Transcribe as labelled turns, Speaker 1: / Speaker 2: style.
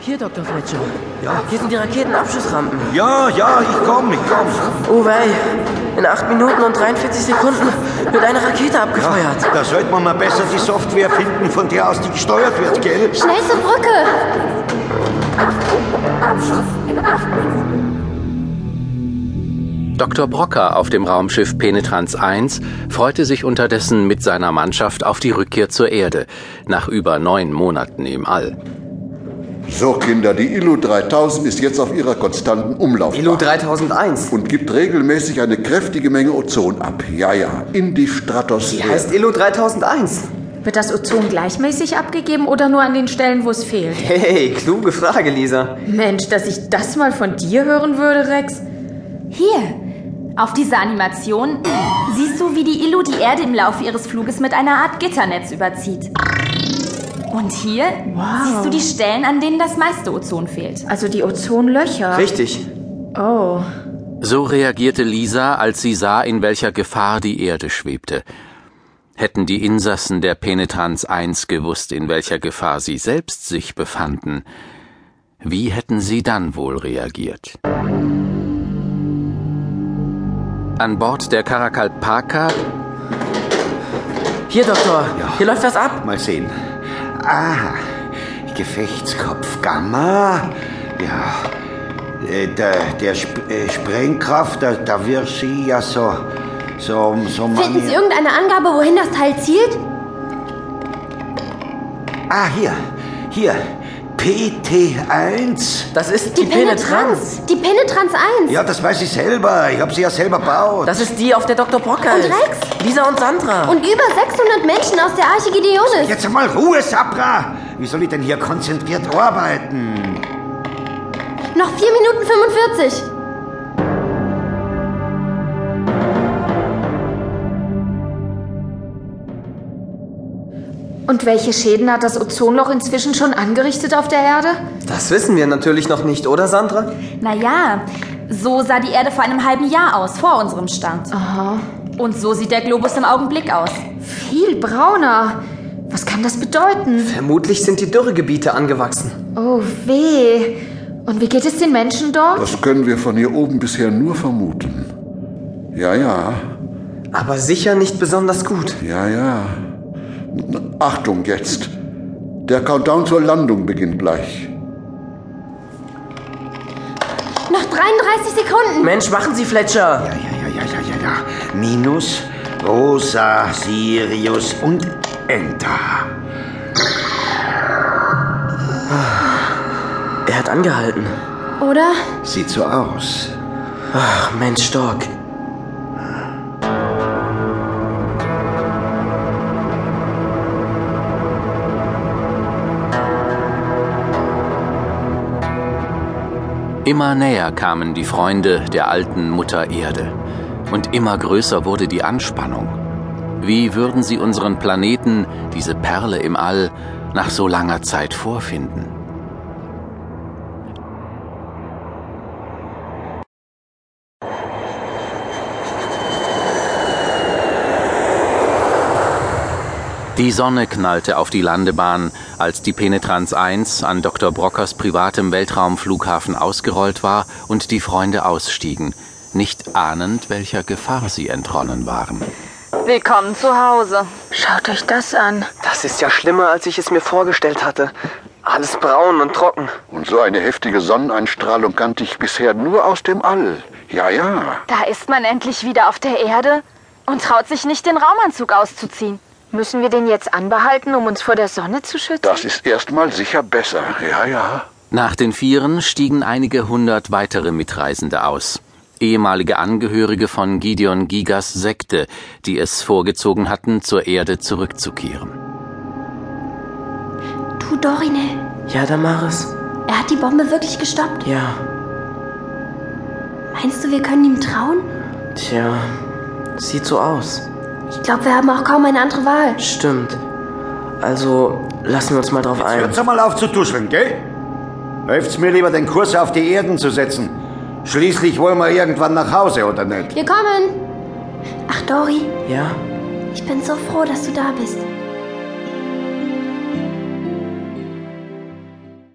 Speaker 1: Hier, Dr. Fletcher.
Speaker 2: Ja?
Speaker 1: Hier sind die Raketenabschussrampen.
Speaker 2: Ja, ja, ich komm, ich komm.
Speaker 1: Oh wei, in 8 Minuten und 43 Sekunden wird eine Rakete abgefeuert.
Speaker 2: Da sollte man mal besser die Software finden, von der aus die gesteuert wird, gell?
Speaker 3: Schnell zur Brücke!
Speaker 4: Dr. Brocker auf dem Raumschiff Penetrans 1 freute sich unterdessen mit seiner Mannschaft auf die Rückkehr zur Erde, nach über neun Monaten im All.
Speaker 5: So, Kinder, die ILU 3000 ist jetzt auf ihrer konstanten Umlaufbahn.
Speaker 6: ILO 3001.
Speaker 5: Und gibt regelmäßig eine kräftige Menge Ozon ab. Ja, ja, in die Stratosphäre.
Speaker 6: Die heißt ILO 3001.
Speaker 3: Wird das Ozon gleichmäßig abgegeben oder nur an den Stellen, wo es fehlt?
Speaker 6: Hey, kluge Frage, Lisa.
Speaker 7: Mensch, dass ich das mal von dir hören würde, Rex.
Speaker 3: Hier, auf dieser Animation siehst du, wie die Illu die Erde im Laufe ihres Fluges mit einer Art Gitternetz überzieht. Und hier siehst du die Stellen, an denen das meiste Ozon fehlt.
Speaker 7: Also die Ozonlöcher.
Speaker 6: Richtig.
Speaker 7: Oh.
Speaker 4: So reagierte Lisa, als sie sah, in welcher Gefahr die Erde schwebte. Hätten die Insassen der Penetrans 1 gewusst, in welcher Gefahr sie selbst sich befanden, wie hätten sie dann wohl reagiert? An Bord der Karakalpaka
Speaker 1: Hier, Doktor, hier läuft was ab.
Speaker 2: Mal sehen. Ah, Gefechtskopf Gamma. Ja, äh, der, der Sp äh, Sprengkraft, da, da wird sie ja so. So, so
Speaker 8: Finden
Speaker 2: man.
Speaker 8: Sie irgendeine Angabe, wohin das Teil zielt?
Speaker 2: Ah, hier, hier. PT1.
Speaker 1: Das ist die, Penetrans.
Speaker 8: Die Penetrans 1.
Speaker 2: Ja, das weiß ich selber. Ich habe sie ja selber gebaut.
Speaker 1: Das ist die, auf der Dr. Brocker
Speaker 8: Und
Speaker 1: ist.
Speaker 8: Rex?
Speaker 1: Lisa und Sandra.
Speaker 8: Und über 600 Menschen aus der Arche Gideonis.
Speaker 2: Jetzt mal Ruhe, Sabra. Wie soll ich denn hier konzentriert arbeiten?
Speaker 8: Noch 4 Minuten 45.
Speaker 7: Und welche Schäden hat das Ozonloch inzwischen schon angerichtet auf der Erde?
Speaker 6: Das wissen wir natürlich noch nicht, oder Sandra?
Speaker 3: Naja, so sah die Erde vor einem halben Jahr aus, vor unserem Stand.
Speaker 7: Aha.
Speaker 3: Und so sieht der Globus im Augenblick aus.
Speaker 7: Viel brauner. Was kann das bedeuten?
Speaker 6: Vermutlich sind die Dürregebiete angewachsen.
Speaker 7: Oh, weh. Und wie geht es den Menschen dort?
Speaker 5: Das können wir von hier oben bisher nur vermuten. Ja, ja,
Speaker 6: Aber sicher nicht besonders gut.
Speaker 5: ja, ja. N- Achtung jetzt. Der Countdown zur Landung beginnt gleich.
Speaker 8: Noch 33 Sekunden.
Speaker 1: Mensch, machen Sie, Fletcher.
Speaker 2: Ja, ja, ja, ja, ja, ja. Minus Rosa, Sirius und Enter.
Speaker 1: Er hat angehalten.
Speaker 8: Oder?
Speaker 2: Sieht so aus.
Speaker 1: Ach, Mensch, Doc.
Speaker 4: Immer näher kamen die Freunde der alten Mutter Erde. Und immer größer wurde die Anspannung. Wie würden sie unseren Planeten, diese Perle im All, nach so langer Zeit vorfinden? Die Sonne knallte auf die Landebahn, als die Penetrans 1 an Dr. Brockers privatem Weltraumflughafen ausgerollt war und die Freunde ausstiegen, nicht ahnend, welcher Gefahr sie entronnen waren.
Speaker 9: Willkommen zu Hause.
Speaker 7: Schaut euch das an.
Speaker 6: Das ist ja schlimmer, als ich es mir vorgestellt hatte. Alles braun und trocken.
Speaker 5: Und so eine heftige Sonneneinstrahlung kannte ich bisher nur aus dem All. Ja, ja.
Speaker 9: Da ist man endlich wieder auf der Erde und traut sich nicht, den Raumanzug auszuziehen.
Speaker 7: Müssen wir den jetzt anbehalten, um uns vor der Sonne zu schützen?
Speaker 5: Das ist erstmal sicher besser. Ja, ja.
Speaker 4: Nach den Vieren stiegen einige hundert weitere Mitreisende aus. Ehemalige Angehörige von Gideon Gigas Sekte, die es vorgezogen hatten, zur Erde zurückzukehren.
Speaker 8: Du, Dorine,
Speaker 1: Ja, Damaris.
Speaker 8: er hat die Bombe wirklich gestoppt.
Speaker 1: Ja,
Speaker 8: Meinst du, wir können ihm trauen?
Speaker 1: tja. Sieht so aus.
Speaker 8: Ich glaube, wir haben auch kaum eine andere Wahl.
Speaker 1: Stimmt. Also, lassen wir uns mal drauf ein.
Speaker 2: Hört's doch mal auf zu tuscheln, gell? Helft's mir lieber, den Kurs auf die Erden zu setzen. Schließlich wollen wir irgendwann nach Hause, oder nicht?
Speaker 8: Wir kommen. Ach, Dori,
Speaker 1: Ja?
Speaker 8: ich bin so froh, dass du da bist.